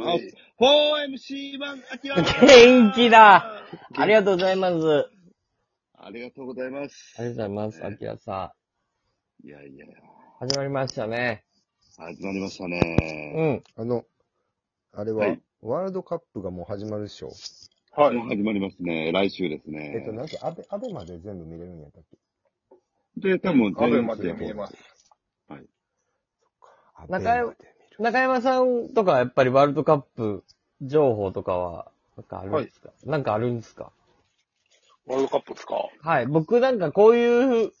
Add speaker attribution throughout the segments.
Speaker 1: あ 4MC 版、あきら
Speaker 2: 元気だありがとうございます。
Speaker 1: ありがとうございます。
Speaker 2: ありがとうございます、あきらさ
Speaker 1: いやいやいや、
Speaker 2: ん。始まりましたね。
Speaker 1: 始まりました
Speaker 2: う
Speaker 1: ね。
Speaker 2: ん。
Speaker 3: あの、あれは、
Speaker 1: はい
Speaker 3: ワールドカップがもう始まるでしょ。
Speaker 1: はもう始まりますね。来週ですね。
Speaker 3: えっと、なんか、アベ、アベまで全部見れるんやったっけ
Speaker 1: で、多分、
Speaker 4: アベマで見れます。
Speaker 3: ア
Speaker 2: 中
Speaker 3: ベまで
Speaker 2: 中山さんとかはやっぱりワールドカップ情報とかは、なんかあるんですか、なんかあるんですか
Speaker 4: ワールドカップですか
Speaker 2: はい。僕なんかこういう、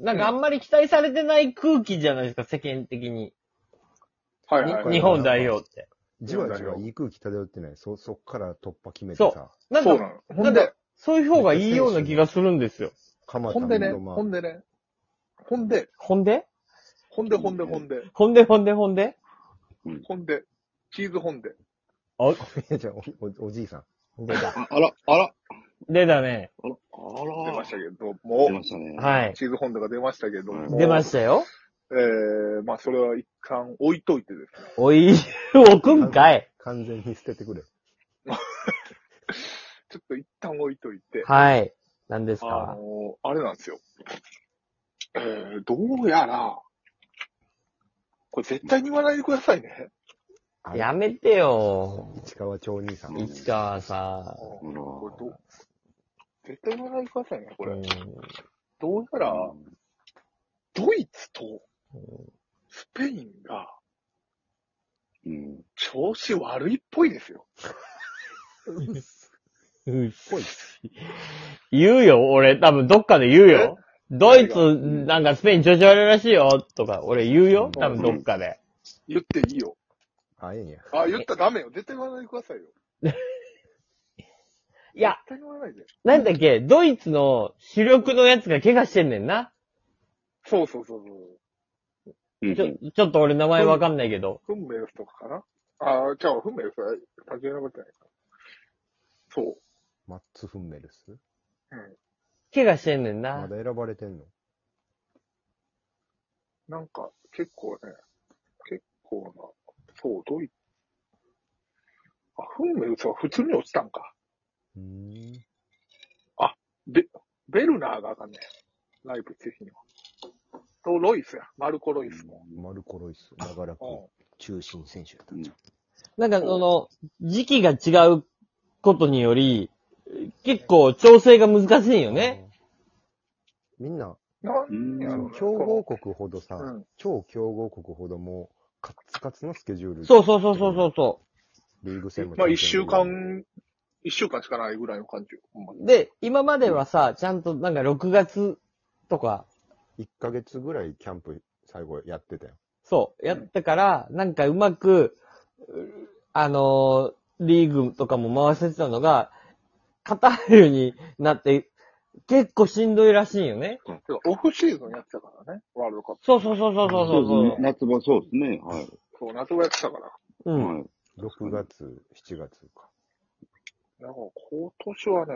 Speaker 2: なんかあんまり期待されてない空気じゃないですか、世間的に。
Speaker 4: は
Speaker 2: に
Speaker 4: いはい。
Speaker 2: 日本代表って。
Speaker 3: じわじわいい空気漂ってない。そ、そっから突破決めて
Speaker 2: そう
Speaker 3: さ。
Speaker 2: なん
Speaker 4: そうな
Speaker 2: か、
Speaker 4: の。
Speaker 2: な
Speaker 4: ほ
Speaker 2: ん
Speaker 4: ん
Speaker 2: か
Speaker 4: で、
Speaker 2: そういう方がいいような気がするんですよ。
Speaker 3: 鎌田
Speaker 4: ほんでね、
Speaker 3: 三笘
Speaker 4: ほんでね、ほんで、
Speaker 2: ほんで
Speaker 4: ほんで、ほんで、ほんで、
Speaker 2: ほんでほんでほんで
Speaker 4: ほんで、チーズほん で。
Speaker 3: いやじゃあおお、おじいさん。
Speaker 2: 出た。
Speaker 1: ああら、あら、
Speaker 2: 出たね。
Speaker 1: あ
Speaker 4: 出
Speaker 1: ら
Speaker 4: まし、たけど
Speaker 1: 出
Speaker 4: も
Speaker 1: ま、したね。い。
Speaker 2: はい。
Speaker 4: チーズほんでが出ましたけども。。
Speaker 2: 出ましたたよ。
Speaker 4: えー、まあそれは一旦置いといてですね。
Speaker 2: おい、 置くんかい。
Speaker 3: 完全に捨ててくれ。
Speaker 4: ちょっと一旦置いといて、
Speaker 2: はい。何です
Speaker 4: あ
Speaker 2: か
Speaker 4: のー、あれなんですよ。えー、どうやら、これ絶対に言わないでくださいね。
Speaker 3: あ
Speaker 2: やめてよ。
Speaker 3: 市川町兄さん。
Speaker 1: うん
Speaker 2: 市川さん。
Speaker 4: これどう絶対言わないでくださいね、こ
Speaker 2: う
Speaker 4: れ。
Speaker 2: ん
Speaker 4: どうやら、ドイツとスペインが
Speaker 1: うん。
Speaker 4: 調子悪いっぽいですよ。
Speaker 2: うん言うよ、俺。多分どっかで言うよ。ドイツ、なんかスペイン調子悪いらしいよ、とか、俺言うよ。多分どっかで。
Speaker 4: 言っていいよ。
Speaker 3: あ、ええんや。
Speaker 4: あ、言ったらダメよ。絶対言わないでくださいよ。
Speaker 2: いや、
Speaker 4: 絶対言わないで。
Speaker 2: なんだっけ、ドイツの主力のやつが怪我してんねんな。
Speaker 4: そうそうそうそう。
Speaker 1: うん
Speaker 2: ちょ、ちょっと俺名前わかんないけど。
Speaker 4: フンメルスとかかなあ、じゃあ、フンメルスは竹山じゃないか。そう。
Speaker 3: マッツ・フンメルス
Speaker 2: 怪我してんねん
Speaker 3: ま
Speaker 2: な。
Speaker 3: だ選ばれてんの
Speaker 4: なんか、結構ね、結構な、そう、ドイツ。あ、フンメルスは普通に落ちたんか。
Speaker 3: うーん。
Speaker 4: ベルナーがあかんねん。ライブ的には。と、ロイスや。マルコ・ロイスも。
Speaker 3: マルコ・ロイス、長らく
Speaker 4: うん。
Speaker 3: 中心選手やった。
Speaker 2: なんかその、時期が違うことにより、結構調整が難しいよね。
Speaker 3: みんな、
Speaker 4: なんや
Speaker 1: う
Speaker 4: ろ
Speaker 1: ん
Speaker 4: ね
Speaker 3: 強豪国ほどさ、
Speaker 4: うん
Speaker 3: 超強豪国ほどもう、カツカツのスケジュール。
Speaker 2: そうそうそうそうそうそ
Speaker 3: リーグ戦も。
Speaker 4: まあ一週。間、一週間しかないぐらいの感じよ。ほんまに
Speaker 2: う。で、今まではさ、ちゃんとなんか6月とか、
Speaker 3: 1ヶ月ぐらいキャンプ最後やってたよ。
Speaker 2: そう、やったから、なんかうまく、うあのーリーグとかも回せてたのが、カタールになって、結構しんどいらしいよね。
Speaker 4: てかオフシーズンやってたからね、ワールドカップ。
Speaker 2: そうそうそうそうそう
Speaker 1: そ
Speaker 2: そうう
Speaker 1: ですね。夏場、そうですね。はい。
Speaker 4: そう、夏場やってたから。
Speaker 2: う。ん。
Speaker 1: はい。
Speaker 3: 6月、7月か。
Speaker 4: なんか今年はね、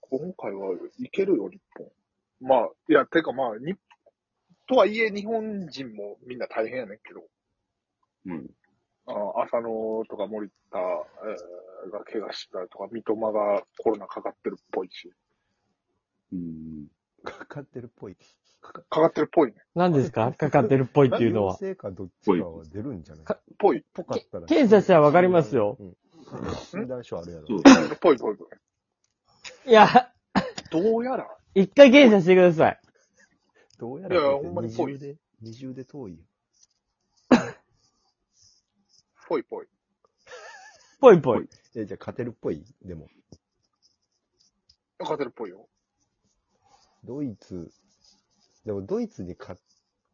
Speaker 4: 今回はいけるよ、日本。まあ、いや、てかまあ、に、とはいえ日本人もみんな大変やねんけど、
Speaker 1: うん。
Speaker 4: あ浅野とか森田、えーが怪我したりとか、三笘がコロナかかってるっぽいし、
Speaker 1: うん。
Speaker 3: かかってるっぽい。
Speaker 4: かかってるっぽいね。
Speaker 2: 何ですかかかってるっぽいっていう のは。
Speaker 3: 陽性かどっちかは出るんじゃない
Speaker 2: か
Speaker 4: っぽい。
Speaker 3: ぽかったら。
Speaker 2: け検査したらわかりますよ
Speaker 3: うん。診断書あるやろ。
Speaker 1: そう
Speaker 4: っぽいっぽいっぽい。
Speaker 2: いや、
Speaker 4: どうやら、
Speaker 2: 一回検査してください。
Speaker 3: どうや
Speaker 4: いや
Speaker 3: ら
Speaker 4: ほんまにぽい
Speaker 3: 二重で、二重で遠いよ。
Speaker 4: ぽいぽい。
Speaker 2: ぽいぽい。
Speaker 3: え、じゃあ勝てるっぽいでも。
Speaker 4: かかってるっぽいよ。
Speaker 3: ドイツ、でもドイツに勝っ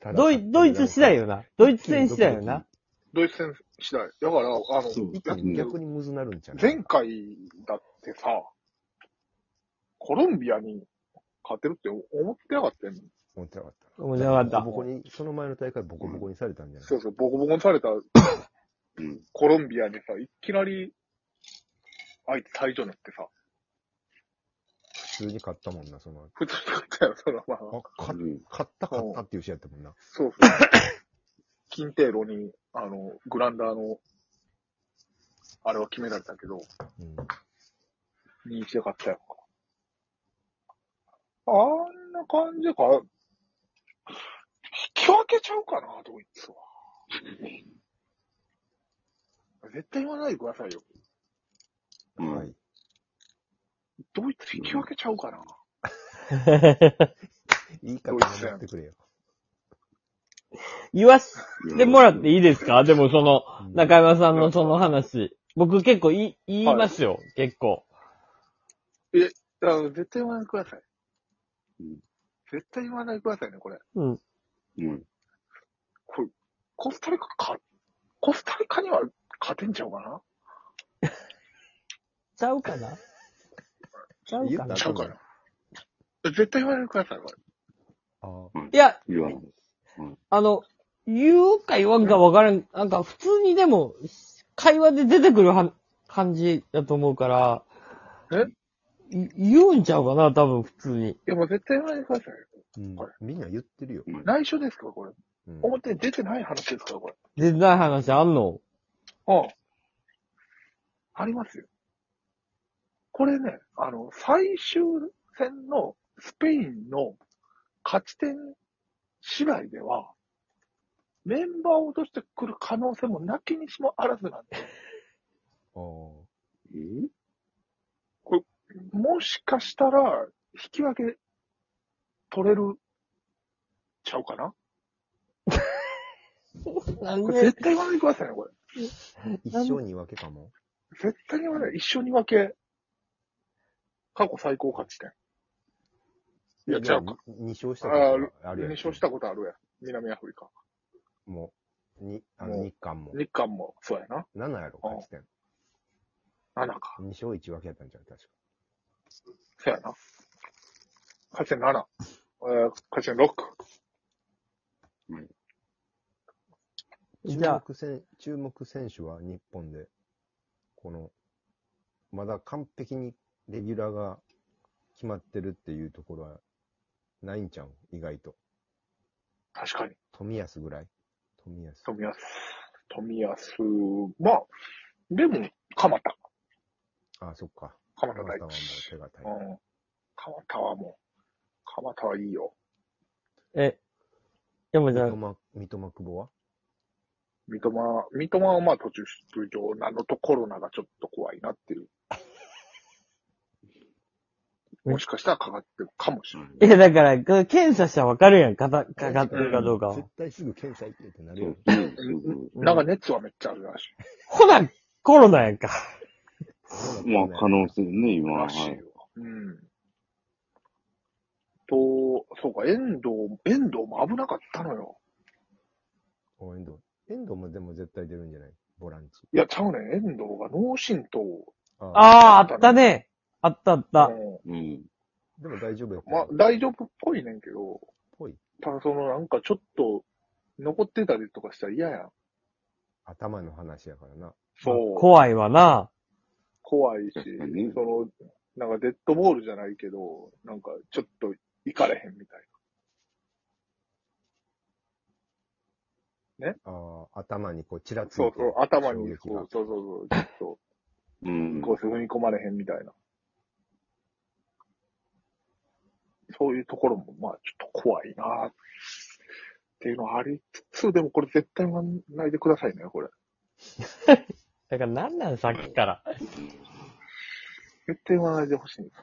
Speaker 3: たら。
Speaker 2: ドイ、ドイツ次第
Speaker 3: よ。
Speaker 2: よな。ドイツ戦次第よな。
Speaker 4: ドイツ戦次第。だから、あの、
Speaker 1: そう
Speaker 3: 一
Speaker 1: ド
Speaker 3: 気
Speaker 1: イツ
Speaker 3: に逆にむずなるんじゃない
Speaker 4: 前回だってさ、コロンビアに勝てるって思ってなかったよ、ね。
Speaker 3: 面白かった。
Speaker 2: 面白かっ
Speaker 3: ボコ
Speaker 2: た
Speaker 3: ボ。コに、その前の大会ボコボコにされたんじゃない
Speaker 4: そうそう、ボコボコにさ れた
Speaker 1: うん。
Speaker 4: コロンビアにさ、いきなり、相手退場になってさ、
Speaker 3: 普通に勝ったもんな、その。
Speaker 4: 普通に勝ったよ、そのまま。
Speaker 3: あ、か
Speaker 1: うん
Speaker 3: 勝った勝ったっていう試合やったもんな。
Speaker 4: そうそう。金テーロに、あの、グランダーのあれは決められたけど、
Speaker 3: うん。
Speaker 4: に行きたかったやんか。あんな感じか、引き分けちゃうかな、ドイツは。絶対言わないでくださいよ。
Speaker 1: うん。
Speaker 3: はい。
Speaker 4: ドイツ引き分けちゃうかな。
Speaker 3: いいから頑張ってくれよ。
Speaker 2: 言わしてもらっていいですかでもその、
Speaker 3: うん
Speaker 2: 中山さんのその話。僕結構言い、言いますよ、結構。
Speaker 4: いや、絶対言わないでください
Speaker 1: うん。
Speaker 4: 絶対言わないでくださいね、これ。
Speaker 2: うん。
Speaker 1: うん。
Speaker 4: これ、コスタリカか、コスタリカには勝てんちゃうかな
Speaker 2: ちゃうかなちゃう
Speaker 3: 言
Speaker 2: か
Speaker 3: っ
Speaker 2: な
Speaker 3: た
Speaker 4: ちゃう
Speaker 3: 後
Speaker 4: か
Speaker 3: に
Speaker 4: な。絶対言わないでください、これ。
Speaker 3: ああ。
Speaker 2: いや、
Speaker 1: 言わないです。
Speaker 2: あの、言うか言わんかわからん。なんか普通にでも、会話で出てくるは感じだと思うから。
Speaker 4: え
Speaker 2: い言うんちゃうかな多分普通に。
Speaker 4: いや、もう絶対言わないでください。
Speaker 3: うん
Speaker 4: これ。
Speaker 3: みんな言ってるよ。
Speaker 1: うん。
Speaker 4: 内緒ですから、これ。
Speaker 3: うん
Speaker 4: 表に出てない話ですから、これ。
Speaker 2: 絶対話あんの
Speaker 4: うん。ありますよ。これね、あの、最終戦のスペインの勝ち点次第では、メンバーを落としてくる可能性もなきにしもあらずなんで
Speaker 3: あ
Speaker 1: え
Speaker 4: す。もしかしたら、引き分け取れる、ちゃうかな
Speaker 2: なん
Speaker 4: これ
Speaker 2: で
Speaker 4: 絶対言わないでくださいね、これ。
Speaker 3: あ一生に分けかも。
Speaker 4: 絶対に言わない。一緒に分け。過去最高勝ち点。いや、違うか。
Speaker 3: 2勝したことあるや
Speaker 4: 優
Speaker 3: ん。
Speaker 4: 勝したことあるやん。南アフリカ。
Speaker 3: もう、に、あの、
Speaker 4: もう
Speaker 3: 日韓も。
Speaker 4: 日韓も、そうやな。
Speaker 3: 7やろ、勝ち点。
Speaker 4: 7か。
Speaker 3: 2勝1分けやったんじゃん、確か。
Speaker 4: そうやな。勝ち点7。えー、勝ち点6。
Speaker 2: じゃあ、
Speaker 3: 注目選、注目選手は日本で、この、まだ完璧にレギュラーが決まってるっていうところは、ないんちゃう意外と。
Speaker 4: 確かに。
Speaker 3: 富安ぐらい富安。
Speaker 4: 富安。富安。まあ、でも、鎌田。
Speaker 3: あそっか。
Speaker 4: 鎌
Speaker 3: 山
Speaker 4: 田
Speaker 3: 田
Speaker 4: 大
Speaker 3: はもう
Speaker 4: 地。
Speaker 3: 手堅い。
Speaker 4: うん。鎌田はもう、鎌田はいいよ。
Speaker 2: え、でもじゃ
Speaker 3: 三
Speaker 2: あ、
Speaker 3: 笘、三笘久保は
Speaker 4: 三笘、三笘はまあ途中出場なのとコロナがちょっと怖いなっていう。もしかしたらかかってるかもしれない。
Speaker 1: はい
Speaker 2: いやだから、これ検査したらわかるやん。かた、かかってるかどうかは
Speaker 3: 絶。対すぐ検査行ってってなる
Speaker 1: そ
Speaker 3: よ
Speaker 1: う。ですね。すぐ
Speaker 2: うん
Speaker 4: なんか熱はめっちゃあるらしい。
Speaker 2: ほな、コロナやんか。
Speaker 1: まあ、可能性ね、今は。
Speaker 4: ら
Speaker 1: は
Speaker 4: しいよ
Speaker 1: い。。
Speaker 4: うん。と、そうか、遠藤、遠藤も危なかったのよ。
Speaker 3: お遠藤。遠藤もでも絶対出るんじゃないボランチ。
Speaker 4: いや、ちゃうねん。遠藤が脳震盪
Speaker 3: ああ。
Speaker 2: ああ、あったね。あったあった。
Speaker 4: う
Speaker 1: うん。
Speaker 3: でも大丈夫やっ
Speaker 4: んまあ
Speaker 3: っ、
Speaker 4: 大丈夫っぽいねんけど、
Speaker 3: ぽい。
Speaker 4: ただそのなんかちょっと、残ってたりとかしたら嫌やん。
Speaker 3: 頭の話やからな。
Speaker 4: そう。
Speaker 2: 怖いわな。
Speaker 4: 怖いし、
Speaker 1: 確かに
Speaker 4: その、なんかデッドボールじゃないけど、なんかちょっと行かれへんみたい
Speaker 3: ああ、頭にこう、ちら
Speaker 4: な。
Speaker 3: つい
Speaker 4: そ
Speaker 3: て
Speaker 4: うそう、頭に
Speaker 3: 衝撃
Speaker 4: そ
Speaker 3: が
Speaker 4: うそうそう、ちょっと、
Speaker 1: うん。
Speaker 4: こうして踏み込まれへんみたいな。そういうところも、まあ、ちょっと怖いなっていうのはありつつ、でもこれ絶対言わないでくださいね、これ。
Speaker 2: だからなんなんさっきから。
Speaker 4: 絶対言わないでほしいんです。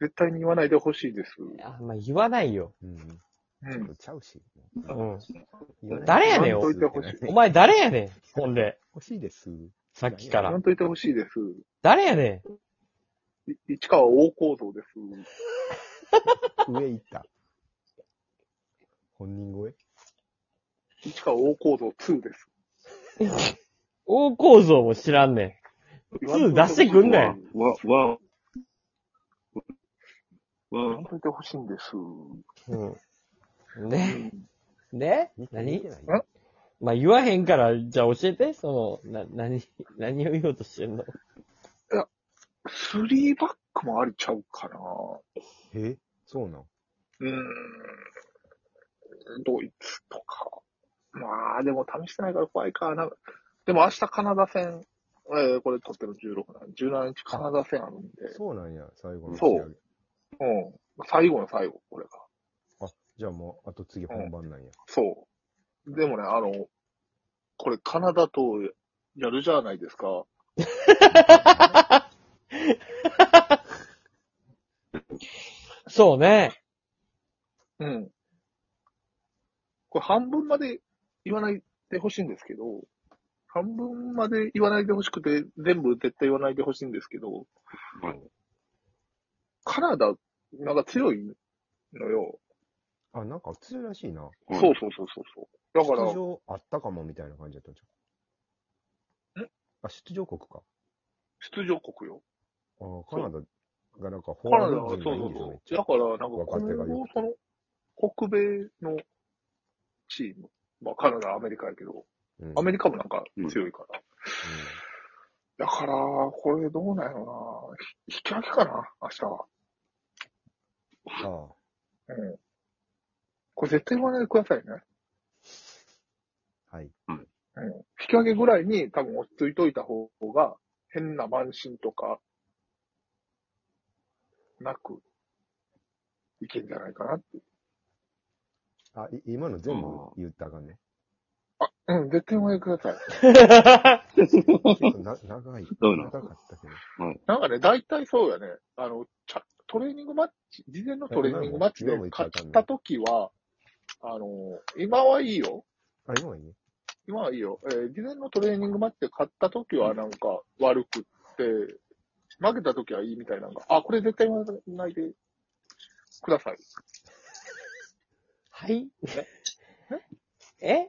Speaker 4: 絶対に言わないでほしいです。
Speaker 2: いや、まあ、言わないよ。
Speaker 3: うん。ち
Speaker 4: う
Speaker 3: ょっ
Speaker 4: ん。
Speaker 3: とちゃうし。
Speaker 2: うん。
Speaker 3: 言わない
Speaker 2: 誰やねん
Speaker 3: 言わんといてほしい
Speaker 2: お前誰やねん。ほんで、
Speaker 3: 欲しいです。
Speaker 2: さっきか
Speaker 4: 言
Speaker 2: ら
Speaker 4: わん。といてほしいです。
Speaker 2: 誰やね
Speaker 4: い市川大構造です。
Speaker 3: 上行った。本人超え
Speaker 4: 市川大構造2です。
Speaker 2: ん。大構造も知らんね2出してくんな
Speaker 1: わ、
Speaker 2: よ
Speaker 1: わ、わ、
Speaker 4: 言
Speaker 1: わ
Speaker 4: わん、といてほしいんです。
Speaker 2: ん。うん。ねね
Speaker 3: 見て見
Speaker 2: 何
Speaker 3: てないよ
Speaker 2: まあ、言わへんから、じゃあ教えて、その、な、何、何を言おうとしてんの
Speaker 4: 3バックもありちゃうかな。
Speaker 3: えそうなん
Speaker 4: うーん。ドイツとか。まあ、でも試してないから怖いかな。でも明日カナダ戦、えーこれ撮ってる16なんで、17日カナダ戦あるんで、
Speaker 3: そうなんや、最後の
Speaker 4: そう
Speaker 3: 仕上げ
Speaker 4: うん。最後の最後、これが。
Speaker 3: あ、じゃあもう、あと次本番なんや。
Speaker 4: そう。でもね、あの、これカナダとやるじゃないですか。
Speaker 2: そうね。
Speaker 4: うん。これ半分まで言わないでほしいんですけど、半分まで言わないでほしくて、全部絶対言わないでほしいんですけど、
Speaker 1: はい
Speaker 4: カナダ、なんか強いのよ。
Speaker 3: あ、なんか強いらしいな。
Speaker 1: はい
Speaker 4: そうそうそうそうそう。だ
Speaker 3: 出
Speaker 4: から、
Speaker 3: 場あったかもみたいな感じだったんじゃん。
Speaker 4: ん
Speaker 3: あ、出場国か。
Speaker 4: 出場国よ。
Speaker 3: あーカナダがなんかフォ
Speaker 4: カナ
Speaker 3: ワー
Speaker 4: ダ
Speaker 3: ド
Speaker 4: は、そう
Speaker 3: 陣
Speaker 4: そ
Speaker 3: がいいん
Speaker 4: う
Speaker 3: でしょ、めっ
Speaker 4: そ
Speaker 3: ち
Speaker 4: う。
Speaker 3: ゃ
Speaker 4: だ。から、なんか
Speaker 3: 若手が
Speaker 4: 今
Speaker 3: よ
Speaker 4: 後、その、北米のチーム、まあカナダ、アメリカやけど、
Speaker 3: うん
Speaker 4: アメリカもなんか強いから。
Speaker 3: う
Speaker 4: だから、これどうなんやろな。ひ引き分けかな、明日は。
Speaker 3: んああ、
Speaker 4: うん。これ絶対言わないでくださいね。
Speaker 3: はい。
Speaker 4: うん。引き分けぐらいに多分落ち着いといた方が、変な慢心とか、なく、いけんじゃないかなって。
Speaker 3: あ、い今の全部言ったらあかんね。
Speaker 4: あ、うん、絶対言わないでください。
Speaker 3: 結構な長い。
Speaker 1: どうなの
Speaker 3: 長かったけど。
Speaker 4: なんかね、大体そうやね。あの、ちゃトレーニングマッチ、事前のトレーニングマッチで
Speaker 3: 今も今も言ったらあ
Speaker 4: 勝
Speaker 3: かんね
Speaker 4: った時は、あの、今はいいよ。
Speaker 3: あ、今はいいね。
Speaker 4: 今はいいよ。えー事前のトレーニングマッチで勝った時はなんか悪くって、負けた時はいいみたいなのが、あ、これ絶対言わないでください。
Speaker 2: はい。え